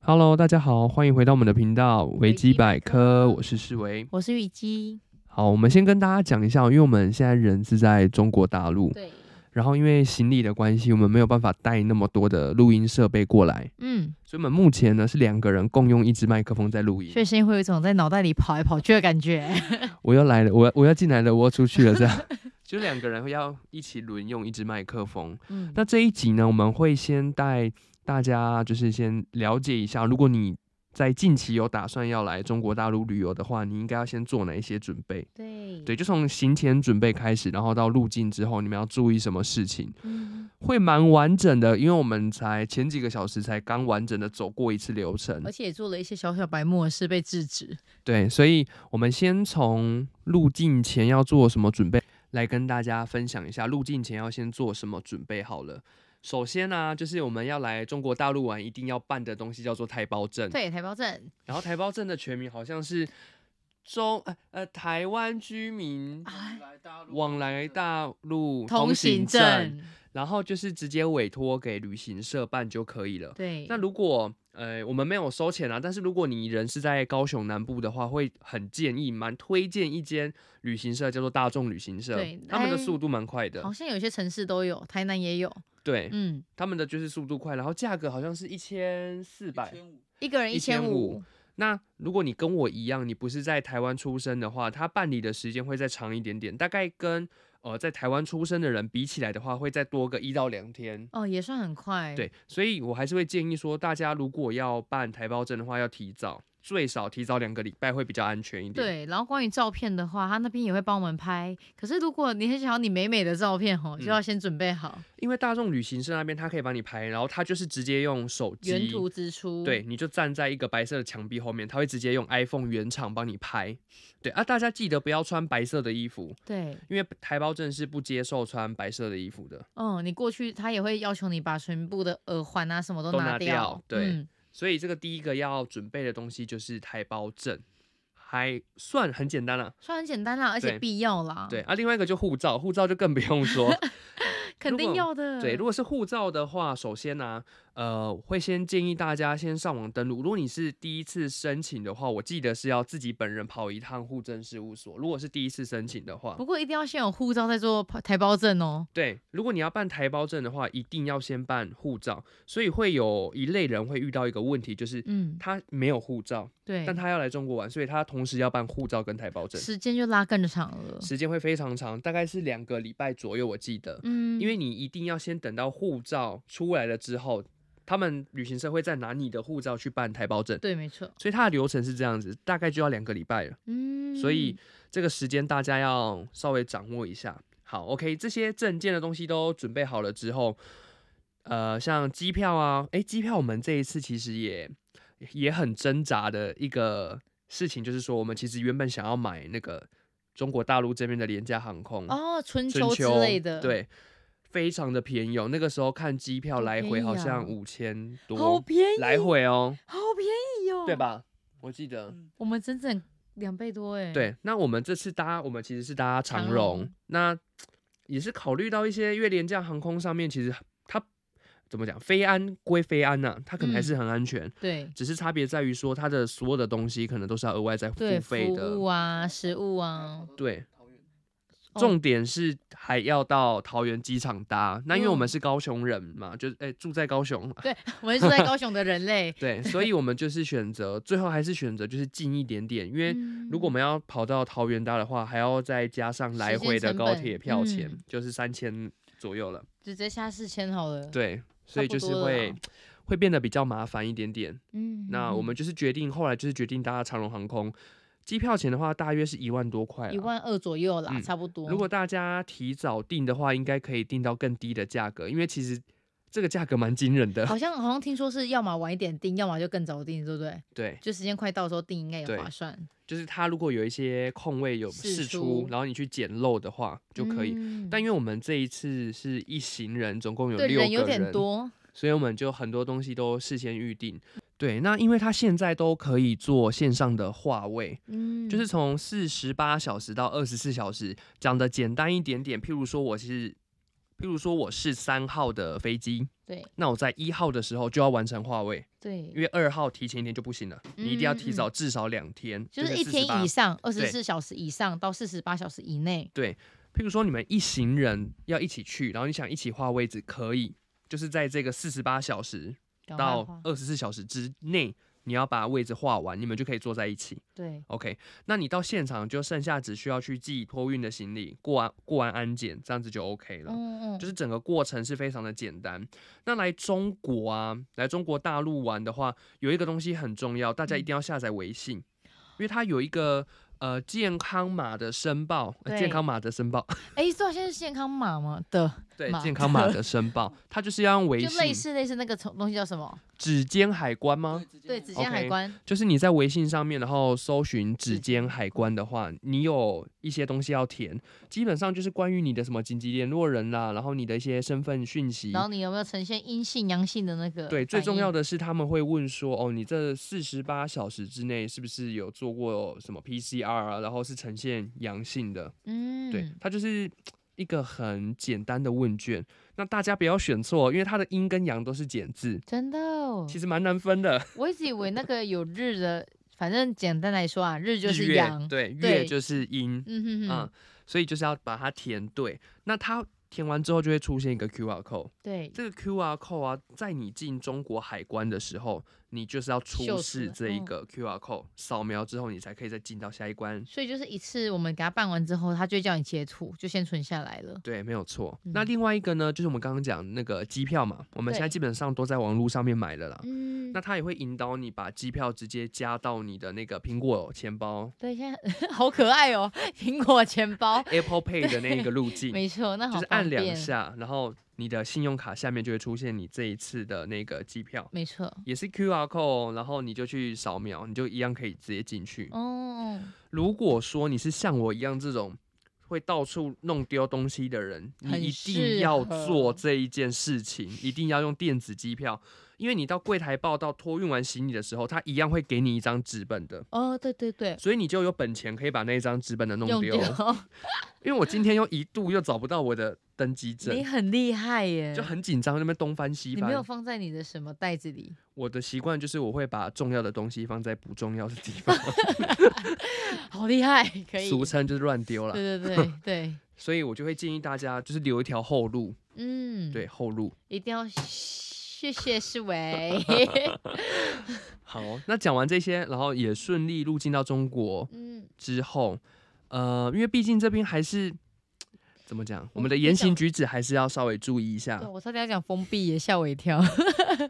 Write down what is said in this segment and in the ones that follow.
Hello，大家好，欢迎回到我们的频道维基百科，我是世维。我是雨姬。好，我们先跟大家讲一下，因为我们现在人是在中国大陆，对，然后因为行李的关系，我们没有办法带那么多的录音设备过来，嗯，所以我们目前呢是两个人共用一支麦克风在录音所。以声音会有一种在脑袋里跑来跑去的感觉。我要来了，我要我要进来了，我要出去了，这样 就两个人要一起轮用一支麦克风。嗯， 那这一集呢，我们会先带大家就是先了解一下，如果你在近期有打算要来中国大陆旅游的话，你应该要先做哪一些准备？对对，，就从行前准备开始，然后到入境之后，你们要注意什么事情，嗯，会蛮完整的，因为我们才前几个小时才刚完整的走过一次流程而，且也做了一些小小白目的事被制止。对，所以我们先从入境前要做什么准备来跟大家分享一下，入境前要先做什么准备好了。首先呢、就是我们要来中国大陆玩，一定要办的东西叫做台胞证。对，台胞证然后台胞证的全名好像是中呃呃台湾居民啊，往来大陆通行证，证，然后就是直接委托给旅行社办就可以了。对，那如果呃我们没有收钱啊，但是如果你人是在高雄南部的话，会很建议蛮推荐一间旅行社叫做大众旅行社对，他们的哎速度蛮快的好，像有些城市都有，台南也有。对，嗯，他们的就是速度快，然后价格好像是一千四百。一个人一千1500五，那如果你跟我一样，你不是在台湾出生的话，他办理的时间会再长一点点，大概跟呃在台湾出生的人比起来的话，会再多个一到两天。哦，也算很快。，对，所以我还是会建议说，大家如果要办台胞证的话，要提早，最少提早两个礼拜会比较安全一点。，对。然后关于照片的话，他那边也会帮我们拍。可是如果你很想要你美美的照片哦，就要先准备好因为大众旅行社那边他可以帮你拍，然后他就是直接用手机，原图直出。对，，你就站在一个白色的墙壁后面，他会直接用 iPhone 原厂帮你拍。对啊，大家记得不要穿白色的衣服，对，因为台胞证是不接受穿白色的衣服的。嗯，你过去他也会要求你把全部的耳环啊什么都都拿拿掉对嗯所以这个第一个要准备的东西就是台胞证，还算很简单了、算很简单啦，而对且必要啦，对，啊，另外一个就护照，护照就更不用说。肯如定果要的。对，如果是护照的话，首先呢、呃，会先建议大家先上网登录。如果你是第一次申请的话，我记得是要自己本人跑一趟户政事务所。如果是第一次申请的话不，过一定要先有护照再做台胞证哦。对，如果你要办台胞证的话，一定要先办护照。所以会有一类人会遇到一个问题，就是嗯，他没有护照，对但，他要来中国玩，所以他同时要办护照跟台胞证，时间就拉更长了。时间会非常长，大概是两个礼拜左右，我记得。嗯，因为你一定要先等到护照出来了之后，他们旅行社会再拿你的护照去办台胞证，对，没错。所以它的流程是这样子，大概就要两个礼拜了，嗯，所以这个时间大家要稍微掌握一下。好，OK，这些证件的东西都准备好了之后，呃，像机票啊，诶，机票我们这一次其实也也很挣扎的一个事情，就是说我们其实原本想要买那个中国大陆这边的廉价航空哦，春春秋之类的，，对，非常的便宜哦。那个时候看机票好来回便宜好像啊五千好多，便宜，来回哦，好便宜哦，嗯对？吧？我记得。我们整整两倍多哎。，对，那我们这次搭，我们其实是搭长长荣荣，那也是考虑到一些，因为廉价航空上面其实它怎么讲，飞安归飞安呐、它嗯可能还是很安全，对只是差别在于说它的所有的东西可能都是要额外再付对，费服的务。啊，食物 啊，对，哦重点是还要到桃园机场搭。那因为我们嗯是高雄人嘛，就是哎、住在高雄，。对，我们是住在高雄的人类 对，所以我们就是选择最后还是选择就是近一点点，因嗯为如果我们要跑到桃园搭的话，还要再加上来时间回的成高本铁票钱，嗯就是三千左右了。就直接下四千好 了。，对，所以不就是多了会啦会变得比较麻烦一点点。嗯那我们就是决定后来就是决定搭长荣航空，机票钱的话大约是一万多块啦，一万二左右啦，嗯差不多。如果大家提早订的话，应该可以订到更低的价格，因为其实这个价格蛮惊人 的。好像好像听说是要么晚一点订，要么就更早订，对不对？对，就时间快到的时候订，应该也对划算，就是它如果有一些空位有试试出出，然后你去捡漏的话就可以。嗯但因为我们这一次是一行人，总共有对六个人有点多，所以我们就很多东西都事先预定。对，那因为它现在都可以做线上的话位，嗯，就是从四十八小时到二十四小时，讲的简单一点点。譬如说我是譬如说我是三号的飞机，对那我在一号的时候就要完成化位，因对，为二号提前一天就不行了，你一定要提早至少两天，嗯就是一天以上。上，二十对四小时以上到四十八小时以内。譬如说你们一行人要一起去，然后你想一起画位置，可以，就是在这个四十八小时赶快到画二十四小时之内，你要把位置画完，你们就可以坐在一起。对 OK，那你到现场就剩下只需要去寄托运的行李，过完过完安检，这样子就 OK 了。嗯嗯，就是整个过程是非常的简单。那来中国啊，来中国大陆玩的话，有一个东西很重要，大家一嗯定要下载微信，因为它有一个呃健康码的申报，呃健对康码的申报， 哎，这好像是健康码吗？的，对码健康码的申报，它就是要用微就类信似类似那个从东西叫什么？指尖海关吗？对，指尖海 OK 关。就是你在微信上面，然后搜寻指指尖尖海关的话，你有一些东西要填，基本上就是关于你的什么紧急联络人啦、然后你的一些身份讯息，然后你有没有呈现阴性、阳性的那个？对，最重要的。的是他们会问说，哦，你这四十八小时之内是不是有做过什么 PCR 啊？然后是呈现阳性的，嗯，对，它就是一个很简单的问卷。那大家不要选错，哦因为它的阴跟阳都是简字，真的哦。其实蛮难分的。我一直以为那个有日的，反正简单来说啊，日就日是 月阳。对，月对就是阴，嗯哼嗯哼，，所以就是要把它填对。那它填完之后就会出现一个 QR code，对，这个 QR code 啊，在你进中国海关的时候，你就是要出秀示出这一嗯个 QR code，扫、描之后你才可以再进到下一关。所以就是一次我们给他办完之后，他就会叫你截图，就先存下来了。对，没有错。嗯那另外一个呢，就是我们刚刚讲那个机票嘛，我们现在对基本上都在网络上面买的啦。嗯，那它也会引导你把机票直接加到你的那个苹果钱包对，现在 好可爱哦，苹果钱包， Apple Pay 的那一个路径，没错，那好就是按方两便，下，然后你的信用卡下面就会出现你这一次的那个机票，没错。也是 QR code，哦然后你就去扫描，你就一样可以直接进去。哦，如果说你是像我一样这种会到处弄丢东西的人，你很一定适要合做这一件事情，一定要用电子机票，因为你到柜台报到托运完行李的时候，他一样会给你一张纸本的。哦，对对对，所以你就有本钱可以把那一张纸本的弄 用丢丢，，因为我今天又一度又找不到我的登机你证，很厉害耶，就很紧张，那边东翻西你没有翻。放在你的什么袋子里，我的习惯就是我会把重要的东西放在不重要的地方，好厉害， 可以，俗称就是乱丢了。对 对对对，所以我就会建议大家就是留一条后路，嗯，，对后路。一定要谢谢世 伟，好，那讲完这些，然后也顺利入境到中国嗯，之后，呃，因为毕竟这边还是怎么讲，我们的我言我行想举止还是要稍微注意一下对，我差点要讲封闭耶，吓我一跳，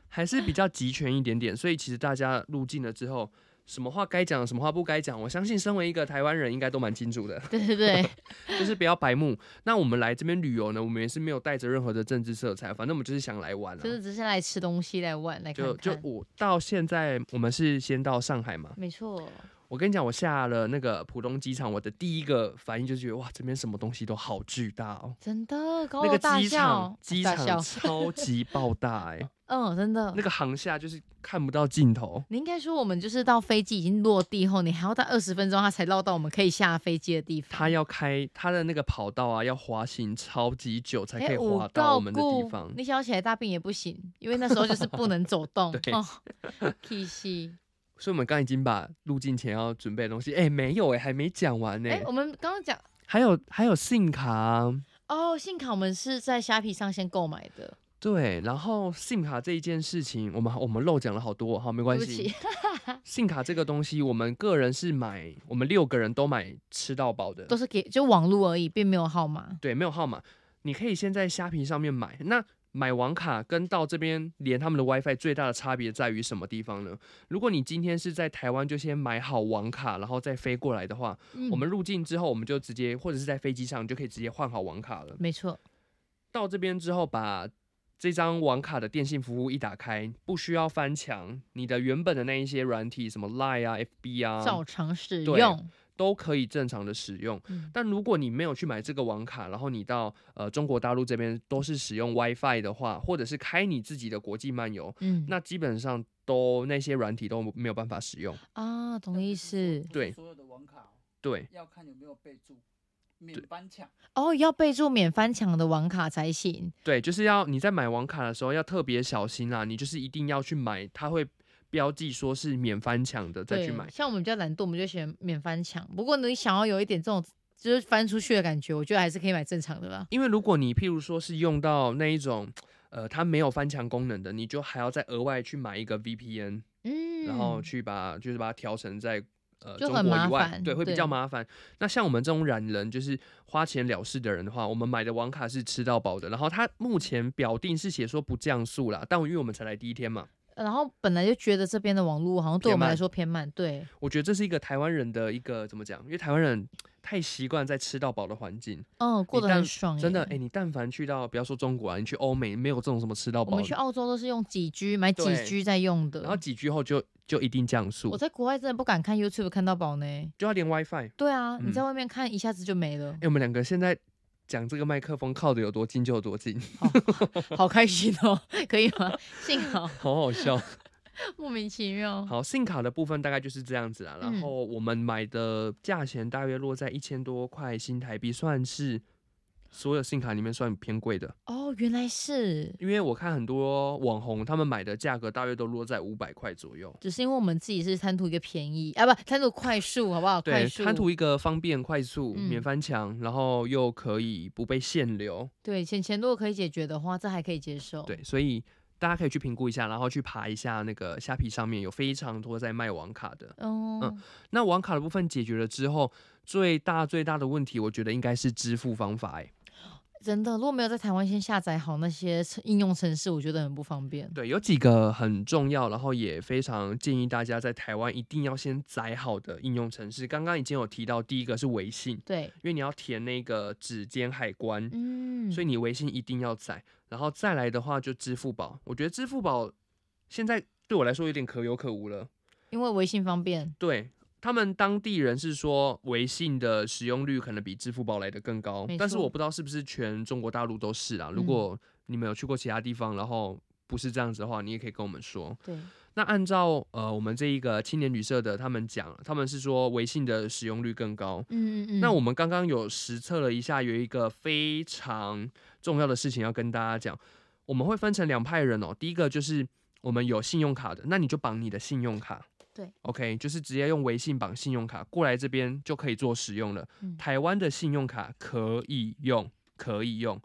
还是比较集权一点点。所以其实大家入境了之后，什么话该讲，什么话不该讲，我相信身为一个台湾人，应该都蛮清 楚的， 对对 对，就是不要白目。那我们来这边旅游呢，我们也是没有带着任何的政治色彩，反正我们就是想来玩就是啊。只是来吃东西来玩来就看就看，我到现在，我们是先到上海嘛，没错，我跟你讲，我下了那个浦东机场，我的第一个反应就觉得哇，这边什么东西都好巨大哦。真的高那楼个大机场笑，，机大场笑超级爆大哎、 嗯，真的那。个航厦就是看不到尽头。你应该说，我们就是到飞机已经落地后，你还要到二十分钟，它才绕到我们可以下飞机的地方。它要开它的那个跑道啊，要滑行超级久才哎可以五滑到我告们的地故方。你想要起来大便也不行，因为那时候就是不 能走动。对哦，气 息。所以我们刚已经把入境前要准备的东西，哎、没有哎、还没讲完呢、哎、我们刚刚讲还有还有信卡啊、哦，信卡我们是在虾皮上先购买的，对，然后 SIM 卡这一件事情，我们我们漏讲了好多，好没对关不系起。。 信卡这个东西，我们个人是买，我们六个人都买吃到饱的都，是给就网路而已，并没有号码。对，没有号码。你可以先在虾皮上面买。那买网卡跟到这边连他们的 WiFi 最大的差别在于什么地方呢？如果你今天是在台湾就先买好网卡，然后再飞过来的话，嗯我们入境之后，我们就直接或者是在飞机上你就可以直接换好网卡了。没错，到这边之后，把这张网卡的电信服务一打开，不需要翻墙，你的原本的那一些软体，什么 Line 啊、FB 啊，照常使对用。都可以正常的使用。嗯但如果你没有去买这个网卡，然后你到呃中国大陆这边都是使用 WiFi 的话，或者是开你自己的国际漫游，嗯，那基本上都那些软体都没有办法使用。啊，懂意思。对所有的网卡对要看有没有备注，免翻墙。哦，要备注免翻墙的网卡才行。对，就是要你在买网卡的时候要特别小心啦，你就是一定要去买，它会标记说是免翻墙的再去对买。像我们比较懒惰，我们就选免翻墙。不过呢，你想要有一点这种就是翻出去的感觉，我觉得还是可以买正常的啦。因为如果你譬如说是用到那一种，呃，它没有翻墙功能的，你就还要再额外去买一个 VPN，、嗯，然后去把就是把它调成在呃就中很国麻以外烦，对，会比对较麻烦。那像我们这种懒人，就是花钱了事的人的话，我们买的网卡是吃到饱的。然后它目前表定是写说不降速啦，但我因为我们才来第一天嘛，然后本来就觉得这边的网络好像对偏我们慢来说偏慢，对，我觉得这是一个台湾人的一个怎么讲？因为台湾人太习惯在吃到饱的环境，嗯，过得但很爽耶，真的，哎、你但凡去到不要说中国啊，你去欧美没有这种什么吃到我饱们去的，澳洲都是用几 G 买几对 G 在用然后的。几句后就就一定降速我，在国外真的不敢看 YouTube 看到饱呢。就要连 WiFi。对啊，你嗯在外面看一下子就没了哎、，我们两个现在讲这个麦克风靠的有多近就有多近， 好开心哦，可以 吗？幸好好好 笑。莫名其妙。好，信卡的部分大概就是这样子啦。然嗯后我们买的价钱大约落在一千多块新台币，算是所有信卡里面算偏贵的。哦，原来是，因为我看很多网红他们买的价格大约都落在五百块左右。只是因为我们自己是贪图一个便宜啊，不贪图快速，好不好？快对，速，贪图一个方便、快速、嗯免翻墙，然后又可以不被限流，对钱钱如果可以解决的话，这还可以接受。对，所以大家可以去评估一下，然后去爬一下那个虾皮上面有非常多在卖网卡的。嗯，嗯那网卡的部分解决了之后，最大最大的问题，我觉得应该是支付方法、欸。真的，如果没有在台湾先下载好那些应用程式，我觉得很不方便。对，有几个很重要，然后也非常建议大家在台湾一定要先载好的应用程式。刚刚已经有提到，第一个是微信，对，因为你要填那个指尖海关，嗯，所以以你微信一定要载，然后再来的话就支付宝。我觉得支付宝现在对我来说有点可有可无了。因为微信方便，对他们当地人是说，微信的使用率可能比支付宝来的更高没，但是错我不知道是不是全中国大陆都是啦。如嗯果你们有去过其他地方，然后不是这样子的话，你也可以跟我们说。对，那按照呃我们这一个青年旅社的他们讲，他们是说微信的使用率更高，嗯嗯嗯。那我们刚刚有实测了一下，有一个非常重要的事情要跟大家讲，我们会分成两派人哦。第一个就是我们有信用卡的，那你就绑你的信用卡，对，OK，就是直接用微信绑信用卡过来这边就可以做使用了。嗯台湾的信用卡可以用，可以用。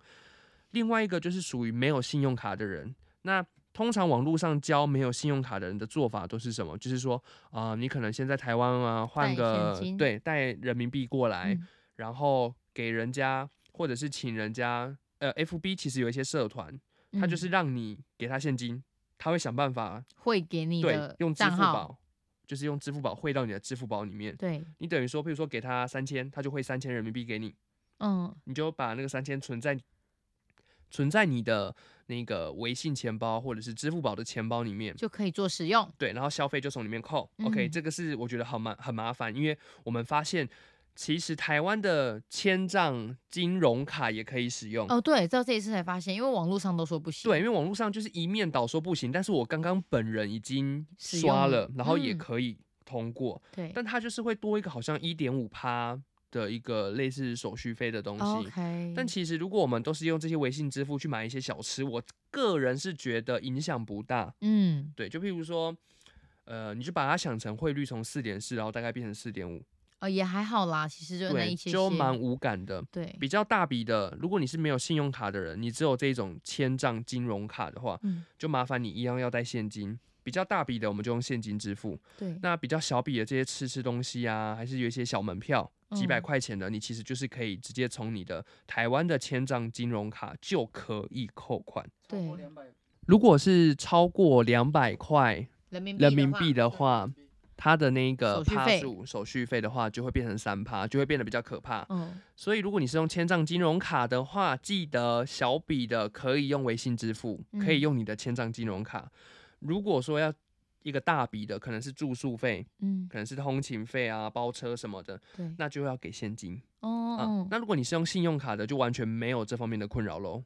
另外一个就是属于没有信用卡的人，那。通常网络上教没有信用卡的人的做法都是什么？就是说，啊、你可能先在台湾啊换带个现金对带人民币过来，嗯然后给人家或者是请人家，呃，FB 其实有一些社团，他就嗯是让你给他现金，他会想办法会给你对的用支账付号，宝，就是用支付宝汇到你的支付宝里面。对，你等于说，譬如说给他三千，他就汇三千人民币给你，嗯，你就把那个三千存在存在你的那个微信钱包或者是支付宝的钱包里面。就可以做使用。对，然后消费就从里面扣。OK，嗯这个是我觉得很麻很麻烦，因为我们发现其实台湾的千账金融卡也可以使用。哦，对，到这一次才发现，因为网络上都说不行。对，，因为网络上就是一面倒说不行，但是我刚刚本人已经使刷用了，了然后也嗯可以通过，对但它就是会多一个好像一点五趴的一个类似手续费的东西。哦，OK，但其实如果我们都是用这些微信支付去买一些小吃，我个人是觉得影响不大。嗯，对，就譬如说，呃，你就把它想成汇率从四点四，然后大概变成四点五，哦，也还好啦，其实就那对，一些就些蛮无感的。对，比较大笔的，如果你是没有信用卡的人，你只有这种千账金融卡的话，嗯，就麻烦你一样要带现金。比较大笔的，我们就用现金支付。对，那比较小笔的这些吃吃东西啊，还是有一些小门票，几百嗯块钱的，你其实就是可以直接从你的台湾的千账金融卡就可以扣款。对两百如果是超过两百块人民人民话币的话，它的那个手续趴费数手续费的话，就会变成三趴，就会变得比较可怕。嗯，所以如果你是用千账金融卡的话，记得小笔的可以用微信支付，可以嗯用你的千账金融卡。如果说要一个大笔的，可能是住宿费，嗯，可能是通勤费啊、包车什么的，对，那就要给现金哦啊、哦，那如果你是用信用卡的，就完全没有这方面的困扰喽。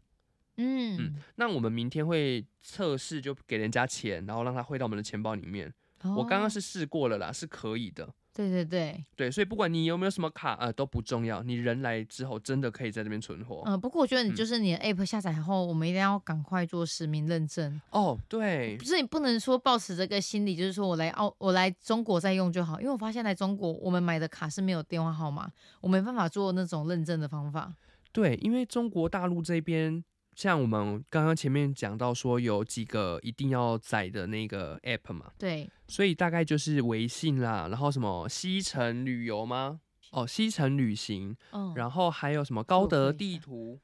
嗯，那我们明天会测试，嗯就给人家钱，然后让他汇到我们的钱包里面。我刚刚哦是试过了啦，是可以的。对对对，对，所以不管你有没有什么卡，呃，都不重要，你人来之后真的可以在这边存活。嗯、不过我觉得你嗯就是你的 app 下载后，我们一定要赶快做实名认证。哦，对不，是你不能说抱持这个心理，就是说我来澳，我来中国再用就好，因为我发现来中国我们买的卡是没有电话号码，我没办法做那种认证的方法。对，因为中国大陆这边，像我们刚刚前面讲到说有几个一定要载的那个 app 嘛，对，所以大概就是微信啦，然后什么西城旅游吗？哦，西城旅行，嗯，然后然后还有什么高我德看一地下图，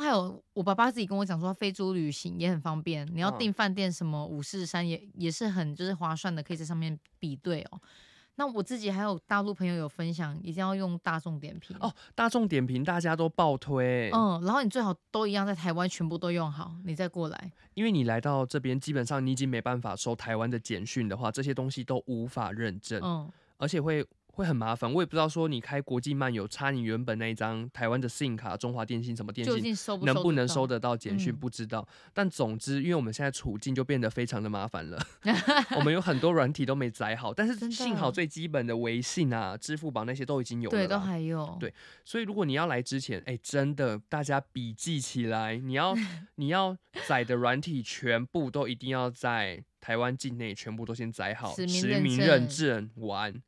还有我爸爸自己跟我讲说，非洲旅行也很方便，你要嗯订饭店什么五四三也也是很就是划算的，可以在上面比对哦。那我自己还有大陆朋友有分享，一定要用大众点评哦，大众点评大家都爆推，嗯，然后你最好都一样，在台湾全部都用好，你再过来。因为你来到这边，基本上你已经没办法收台湾的简讯的话，这些东西都无法认证，嗯，而且会会很麻烦。我也不知道说你开国际漫游插你原本那一张台湾的 SIM 卡、中华电信什么电究信。竟收不收能不得能到收得到简讯嗯不知道，但总之，因为我们现在处境就变得非常的麻 烦了，我们有很多软体都没载好，但是真的幸好最基本的微信啊、支付宝那些都已经有了啦，对，都还有。对所以如果你要来之前，哎、真的大家笔记起来，你 要你要载的软体全部都一定要在台湾境内全部都先载好，实名实认名认证证完。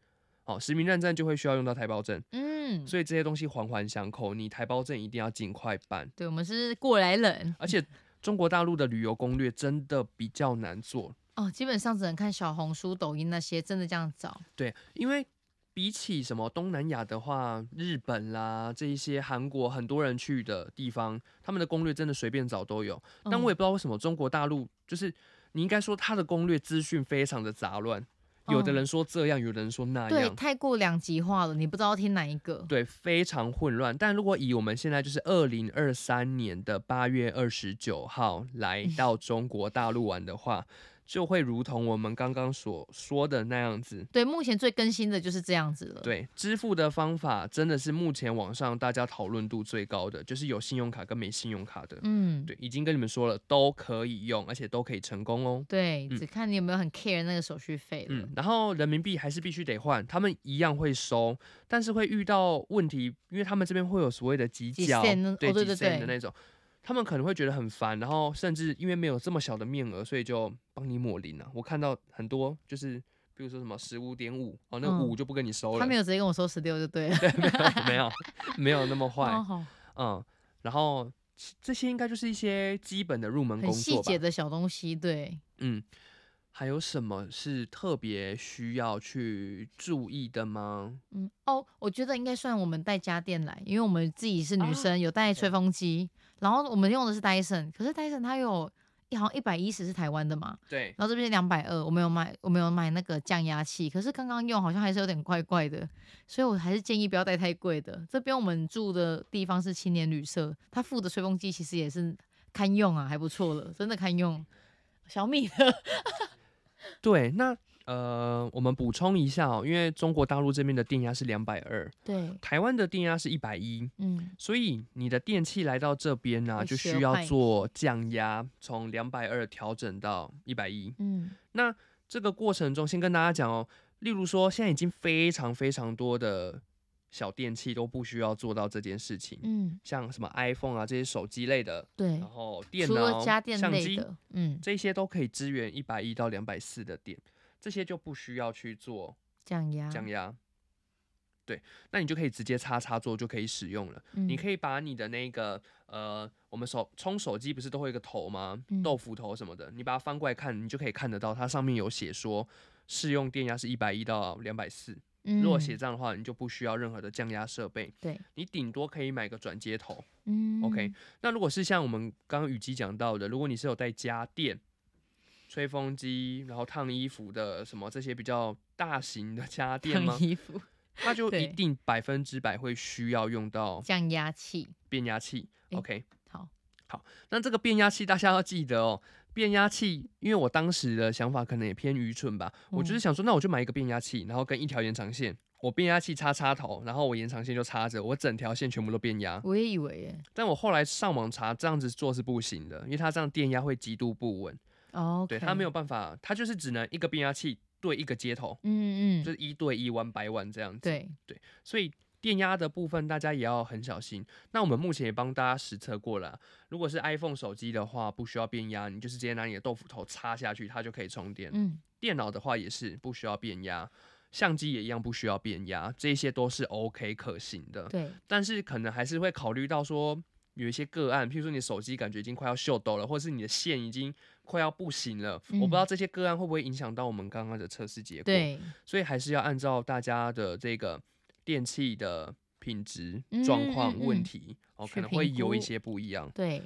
哦，实名认证就会需要用到台胞证，嗯，所以这些东西环环相扣，你台胞证一定要尽快办。对，我们是过来人而且中国大陆的旅游攻略真的比较难做，哦，基本上只能看小红书、抖音那些，真的这样找。对，因为比起什么东南亚的话，日本啦这一些韩国很多人去的地方，他们的攻略真的随便找都有。但我也也不知道为什么中国大陆就是你应该说它的攻略资讯非常的杂乱，有的嗯人说这样，有的人说那对样。太过两极化了，你不知道听哪一个。对，非常混乱。但如果以我们现在就是二零二三年的八月二十九号来嗯到中国大陆玩的话，就会如同我们刚刚所说的那样子，对，目前最更新的就是这样子了。，对，支付的方法真的是目前网上大家讨论度最高的，就是有信用卡跟没信用卡的。嗯，对，已经跟你们说了，都可以用，而且都可以成功哦。对，嗯只看你有没有很 care 那个手续费了嗯。，然后人民币还是必须得换，他们一样会收，但是会遇到问题，因为他们这边会有所谓的几几角， cent 呢对哦对几对 cent 的对那种，他们可能会觉得很烦，然后甚至因为没有这么小的面额，所以就帮你抹零了、啊我看到很多就是，比如说什么十五点五，哦，那个嗯五就不跟你收了， 他没有直接跟我说十六就对了。哦对，没有没有那么坏， 哦，嗯，然后其这些应该就是一些基本的入门很工细作吧节。的小东西。对，嗯，还有什么是特别需要去注意的吗？嗯，哦，我觉得应该算我们带家电来，因为我们自己是啊女生，有带吹风机，然后我们用的是 Dyson，可是 Dyson 它有一好像一百一十是台湾的嘛，对，然后这边两百二，我没有买，我没有买那个降压器，可是刚刚用好像还是有点怪怪的，所以我还是建议不要带太贵的。这边我们住的地方是青年旅社，它附的吹风机其实也是堪用啊，还不错了，真的堪用。小米的，对，那呃，我们补充一下哦，因为中国大陆这边的电压是两百二，对，台湾的电压是一百一。嗯，所以你的电器来到这边呢、会就学需要坏做降压，从两百二调整到一百一。嗯，那这个过程中，先跟大家讲哦，例如说，现在已经非常非常多的小电器都不需要做到这件事情，嗯，像什么 iPhone 啊这些手机类的，对然，后电除脑、了家电相类机的，嗯，这些都可以支援一百一到两百四的电，这些就不需要去做降压，降压。对，那你就可以直接插插座就可以使用了。嗯，你可以把你的那个呃，我们手充手机不是都会有一个头吗？嗯豆腐头什么的，你把它翻过来看，你就可以看得到，它上面有写说适用电压是一百一到两百四。嗯，如果写这样的话，你就不需要任何的降压设备，对，你顶多可以买个转接头。嗯 OK，那如果是像我们刚刚雨姬讲到的，如果你是有带家电、吹风机，然后烫衣服的什么这些比较大型的家电吗烫？衣服那就一对定百分之百会需要用到降压器，变压器。诶 OK，好，那这个变压器大家要记得哦，变压器，因为我当时的想法可能也偏愚蠢吧，我就是嗯想说，那我就买一个变压器，然后跟一条延长线，我变压器插插头，然后我延长线就插着，我整条线全部都变压。我也以为耶但我后来上网查，这样子做是不行的，因为它这样电压会极度不稳，哦，对，它没有办法，它就是只能一个变压器。对一个接头，嗯就是嗯，一对一 one by one 这样子。，对，所以电压的部分大家也要很小心。那我们目前也帮大家实测过了，如果是 iPhone 手机的话，不需要变压，你就是直接拿你的豆腐头插下去，它就可以充电。嗯电脑的话也是不需要变压，相机也一样不需要变压，这些都是 OK 可行的。对，但是可能还是会考虑到说，有一些个案，譬如说你手机感觉已经快要锈抖了，或是你的线已经快要不行了，我不知道这些个案会不会影响到我们刚刚的测试结果。，嗯对，所以还是要按照大家的这个电器的品质、状况、嗯嗯嗯问题，哦，去可能会评有一估些不一样。对，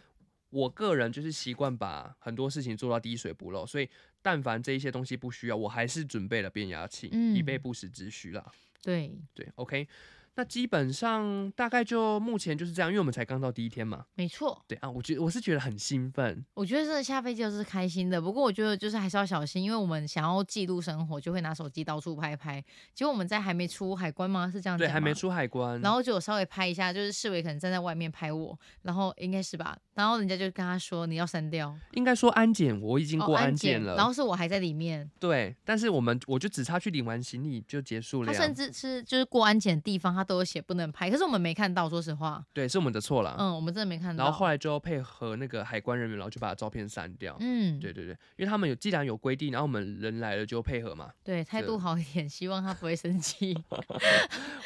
我个人就是习惯把很多事情做到滴水不漏，所以但凡这一些东西不需要，我还是准备了变压器，以备嗯不时之需啦。对，对，OK，那基本上大概就目前就是这样，因为我们才刚到第一天嘛。没错。对啊，我觉我是觉得很兴奋，我觉得真的下飞机就是开心的，不过我觉得就是还是要小心，因为我们想要记录生活，就会拿手机到处拍拍。结果我们在还没出海关吗？是这样对，讲还没吗出海关，然后就有稍微拍一下，就是侍卫可能站在外面拍我，然后应该是吧，然后人家就跟他说你要删掉，应该说安检我已经哦过安检检了，然后是我还在里面，对，但是我们我就只差去领完行李就结束了他呀，甚至是就是过安检的地方他都有写不能拍，可是我们没看到，说实话，对，是我们的错啦。嗯，我们真的没看到。啊然后后来就配合那个海关人员，然后就把照片删掉。嗯，对对对对，因为他们有既然有规定，然后我们人来了就配合嘛，态度好一点，希望他不会生气，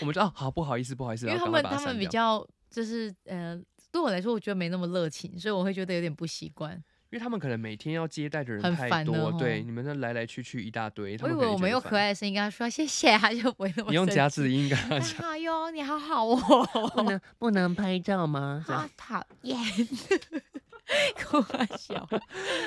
我们就哦好不好意思不好意思，因然为后他赶快们把它他删们比掉。较就是呃，对我来说我觉得没那么热情，所以我会觉得有点不习惯。因为他们可能每天要接待的人很太烦多的，对，哦你们那来来去去一大堆，他我以们可为能我觉们得用烦可，爱的声音跟他说谢谢，他 就不会那么你用生夹气子音跟 他讲，哎呦，你好 好哦，不能不能拍照 吗？好 讨厌，开玩笑，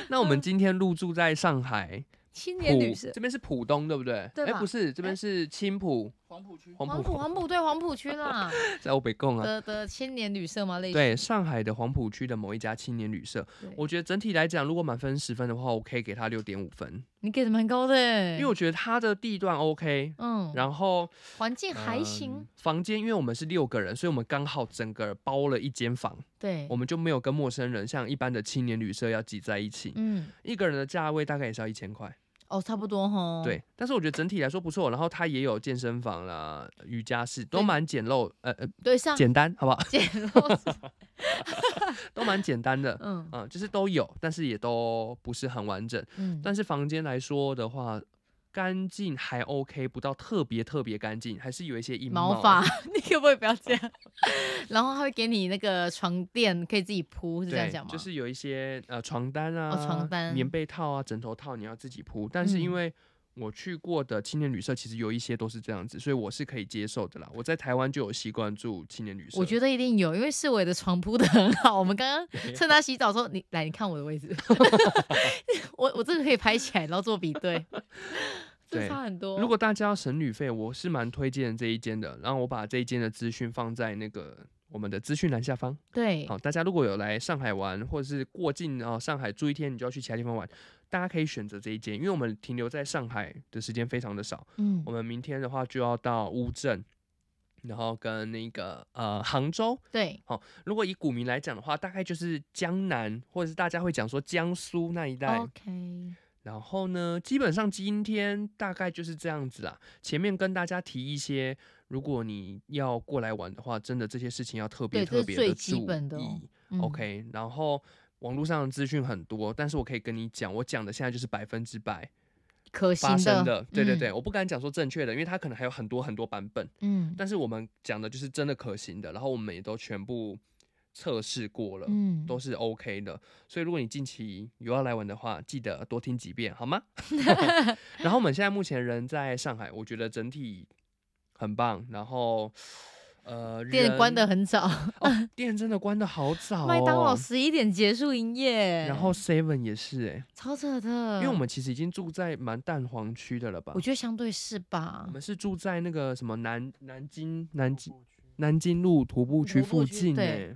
那我们今天入住在上海青年浦女生，这边是浦东，对不对？对哎，吧不是，这边是青浦黄浦区黄黄浦埔，黄埔对黄埔 区啦在欧北贡啊。的的青年旅社吗？类似对，上海的黄浦区的某一家青年旅社，对我觉得整体来讲，如果满分十分的话，我可以给他六点五分，你给的蛮高的欸，因为我觉得它的地段 OK，嗯，然后环境还行，嗯房间因为我们是六个人，所以我们刚好整个包了一间房，对我，们就没有跟陌生人像一般的青年旅社要挤在一起。嗯，一个人的价位大概也是要一千块，哦，差不多吼，，对。但是我觉得整体来说不错，然后它也有健身房啦、瑜伽室，都对啊蛮简陋，呃呃，对上简单，好不好？ 简陋是，都蛮简单的， 嗯嗯，就是都有，但是也都不是很完整。嗯，但是房间来说的话，干净还 OK，不到特别特别干净，还是有一些阴毛发， 你可不可以不要这样？然后他会给你那个床垫，可以自己铺，是这样对讲，吗？就是有一些呃床单啊、哦床单棉被套啊、枕头套，你要自己铺。但是因嗯为我去过的青年旅社，其实有一些都是这样子，所以我是可以接受的啦。我在台湾就有习惯住青年旅社，我觉得一定有，因为世伟的床铺的很好。我们刚刚趁他洗澡的时候，你来，你看我 的位置， 我我这个可以拍起来，然后做比 对，对这差很多。如果大家要省旅费，我是蛮推荐这一间的。然后我把这一间的资讯放在那个我们的资讯栏下方。对好，大家如果有来上海玩，或者是过境啊、上海住一天，你就要去其他地方玩，大家可以选择这一间，因为我们停留在上海的时间非常的少。嗯我，们明天的话就要到乌镇，然后跟那个呃杭州。对，如果以股民来讲的话，大概就是江南，或者是大家会讲说江苏那一哦带。 OK，嗯然后呢，基本上今天大概就是这样子啦。前面跟大家提一些，如果你要过来玩的话，真的这些事情要特别对这特是别最的基注本的哦意。嗯 OK，然后网络上的资讯很多，但是我可以跟你讲，我讲的现在就是百分之百可发行生的。对对对，嗯我不敢讲说正确的，因为它可能还有很多很多版本。嗯但是我们讲的就是真的可行的，然后我们也都全部测试过了。嗯，都是 OK 的，所以如果你近期有要来玩的话，记得多听几遍好吗？ 然后我们现在目前人在上海，我觉得整体很棒。然后，呃，店关的人很早，哦，店真的关的好早、哦，麦当劳欸十一点结束营业，然后 Seven 也是哎、超扯的，因为我们其实已经住在蛮蛋黄区的了吧嗯我？觉得相对是吧我，们是住在那个什么南南京南京黄浦区南京路徒步区徒步附区近哎、对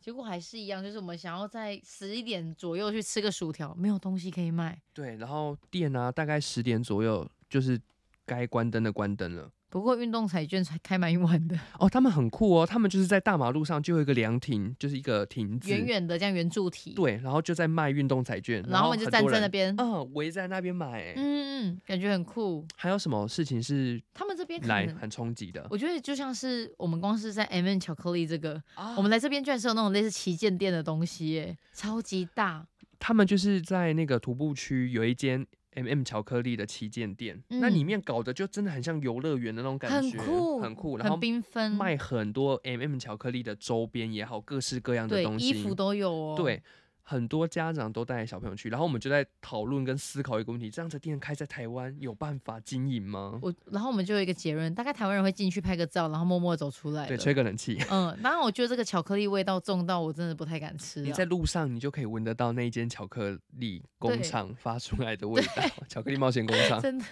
结果还是一样，就是我们想要在十一点左右去吃个薯条，没有东西可以卖。对，然后店啊，大概十点左右就是该关灯的关灯了。不过运动彩券才开蛮晚的，哦，他们很酷哦，他们就是在大马路上就有一个凉亭，就是一个亭子，远远的这样圆柱体，，对，然后就在卖运动彩券，然后我们就很站多在那人，边，嗯嗯，围在那边买。嗯嗯，感觉很酷。还有什么事情是他们这边可来能很冲击的？我觉得就像是我们光是在 M N 巧克力这个，啊我们来这边居然是有那种类似旗舰店的东西耶，超级大。他们就是在那个徒步区有一间 M、m 巧克力的旗舰店，那里嗯面搞的就真的很像游乐园的那种感很觉，酷，很酷，然很后缤纷，卖很多 M、m 巧克力的周边也好，各式各样的对东西，衣服都有哦。对，很多家长都带小朋友去，然后我们就在讨论跟思考一个问题：这样的店开在台湾有办法经营吗？我，然后我们就有一个结论，大概台湾人会进去拍个照，然后默默走出来。对，吹。个冷气。嗯，当然我觉得这个巧克力味道重到我真的不太敢吃、啊。你在路上，你就可以闻得到那一间巧克力工对厂发出来的味道，巧克力冒险工厂真的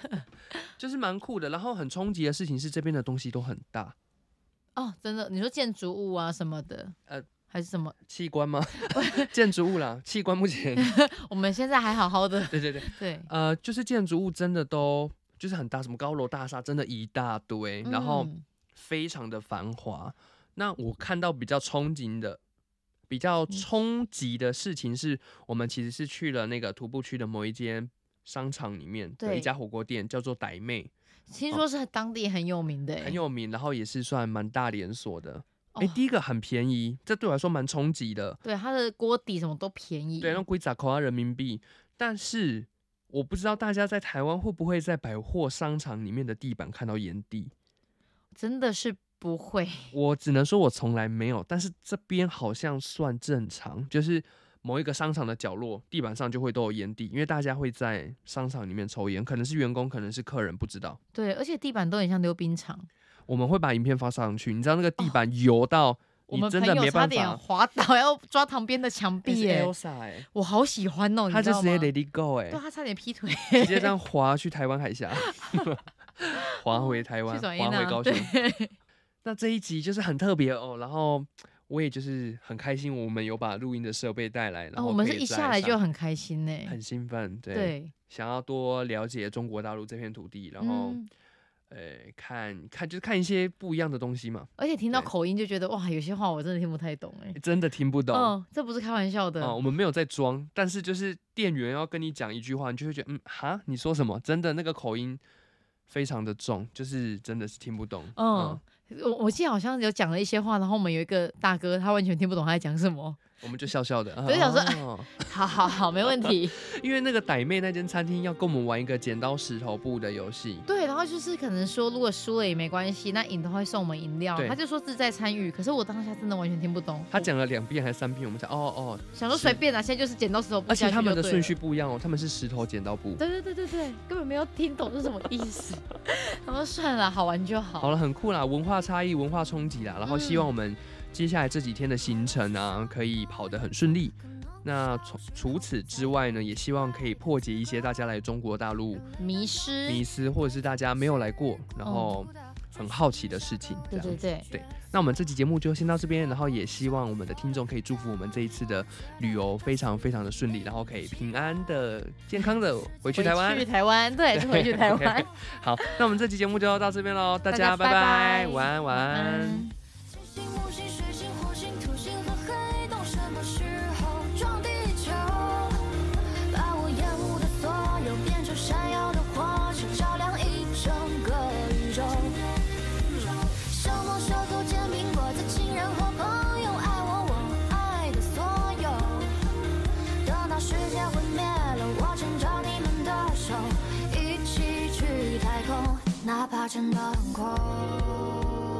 就是蛮酷的。然后很冲击的事情是，这边的东西都很大，哦，真的，你说建筑物啊什么的，呃呃，还是什么？器官吗？ 建筑物啦，器官目前，我们现在还好好的，对对对，对，呃，就是建筑物真的都就是很大，什么高楼大厦真的一大堆，然后嗯非常的繁华。那我看到比较憧憬的、比较嗯冲击的事情是，我们其实是去了那个徒步区的某一间商场里面的一对家火锅店，叫做傣妹，听说是当地很有名的欸耶，很有名，然后也是算蛮大连锁的。哎、哦第一个很便宜，这对我来说蛮冲击的。对，它的锅底什么都便宜。对，用龟仔扣啊人民币，但是我不知道大家在台湾会不会在百货商场里面的地板看到炎帝。真的是不会。我只能说我从来没有，但是这边好像算正常，就是某一个商场的角落地板上就会都有烟蒂，因为大家会在商场里面抽烟，可能是员工，可能是客人，不知道。对，而且地板都很像溜冰场，我们会把影片发上去，你知道那个地板油到哦我你们真的朋没友差办点法。滑倒， 要抓旁边的墙欸壁是耶、 Elsa 欸我好喜欢哎哦，你他知就道直吗接？Let It Go 哎、对他差点劈腿，直接 这样滑去台湾海峡，滑回台湾，去转滑运回啊！高雄对。， 那这一集就是很特别哦，然后我也就是很开心，我们有把录音的设备带来，然然后哦后我们可是以一在下来就上很开心呢、很兴奋，对，对，想要多了解中国大陆这片土地，然后、嗯，呃看看就是看一些不一样的东西嘛，而且听到对口音就觉得哇，有些话我真的听不太懂哎、欸真的听不懂。嗯，这不是开玩笑的。啊、我们没有在装，但是就是店员要跟你讲一句话，你就会觉得，嗯，哈，你说什么？真的那个口音非常的重，就是真的是听不懂。嗯，我我记得好像有讲了一些话，然后我们有一个大哥，他完全听不懂他在讲 什么。我们就笑笑的。所以想说哦好好好，没问题。因为那个傣妹那间餐厅要跟我们玩一个剪刀石头布的游戏， 对，然后就是可能说，如果输了也没关系，那赢的会送我们饮料对。他就说自在参与，可是我当下真的完全听不懂。他我讲了两遍还是三遍，我们才哦哦，想说随便啦、现在就是剪刀石头布而下且去他们的就对顺了序。不一样哦，他们是石头剪刀布。对对对对对，根本没有听懂是什么意思。 他说算了，好玩就好。好了，很酷啦，文化差异、文化冲击嗯啦，然后希望我们接下来这几天的行程啊，可以跑得很顺利。那除除此之外呢，也希望可以破解一些大家来中国大陆迷失。迷思，或者是大家没有来过，然后很好奇的事情。这哦对样对对，那我们这期节目就先到这边，然后也希望我们的听众可以祝福我们这一次的旅游非常非常的顺利，然后可以平安的、健康的回去台湾回去。台湾，对，就回去台湾。好，那我们这期节目就到这边喽，大家拜拜拜晚安，晚晚安。安金星、木星、水星、火星、土星和黑洞，什么时候撞地球？把我厌恶的所有变成闪耀的火球，照亮一整个宇宙。手摸手头煎饼果子，亲人或朋友爱我，我爱的所有。等到世界毁灭了，我牵着你们的手，一起去太空，哪怕真的很空。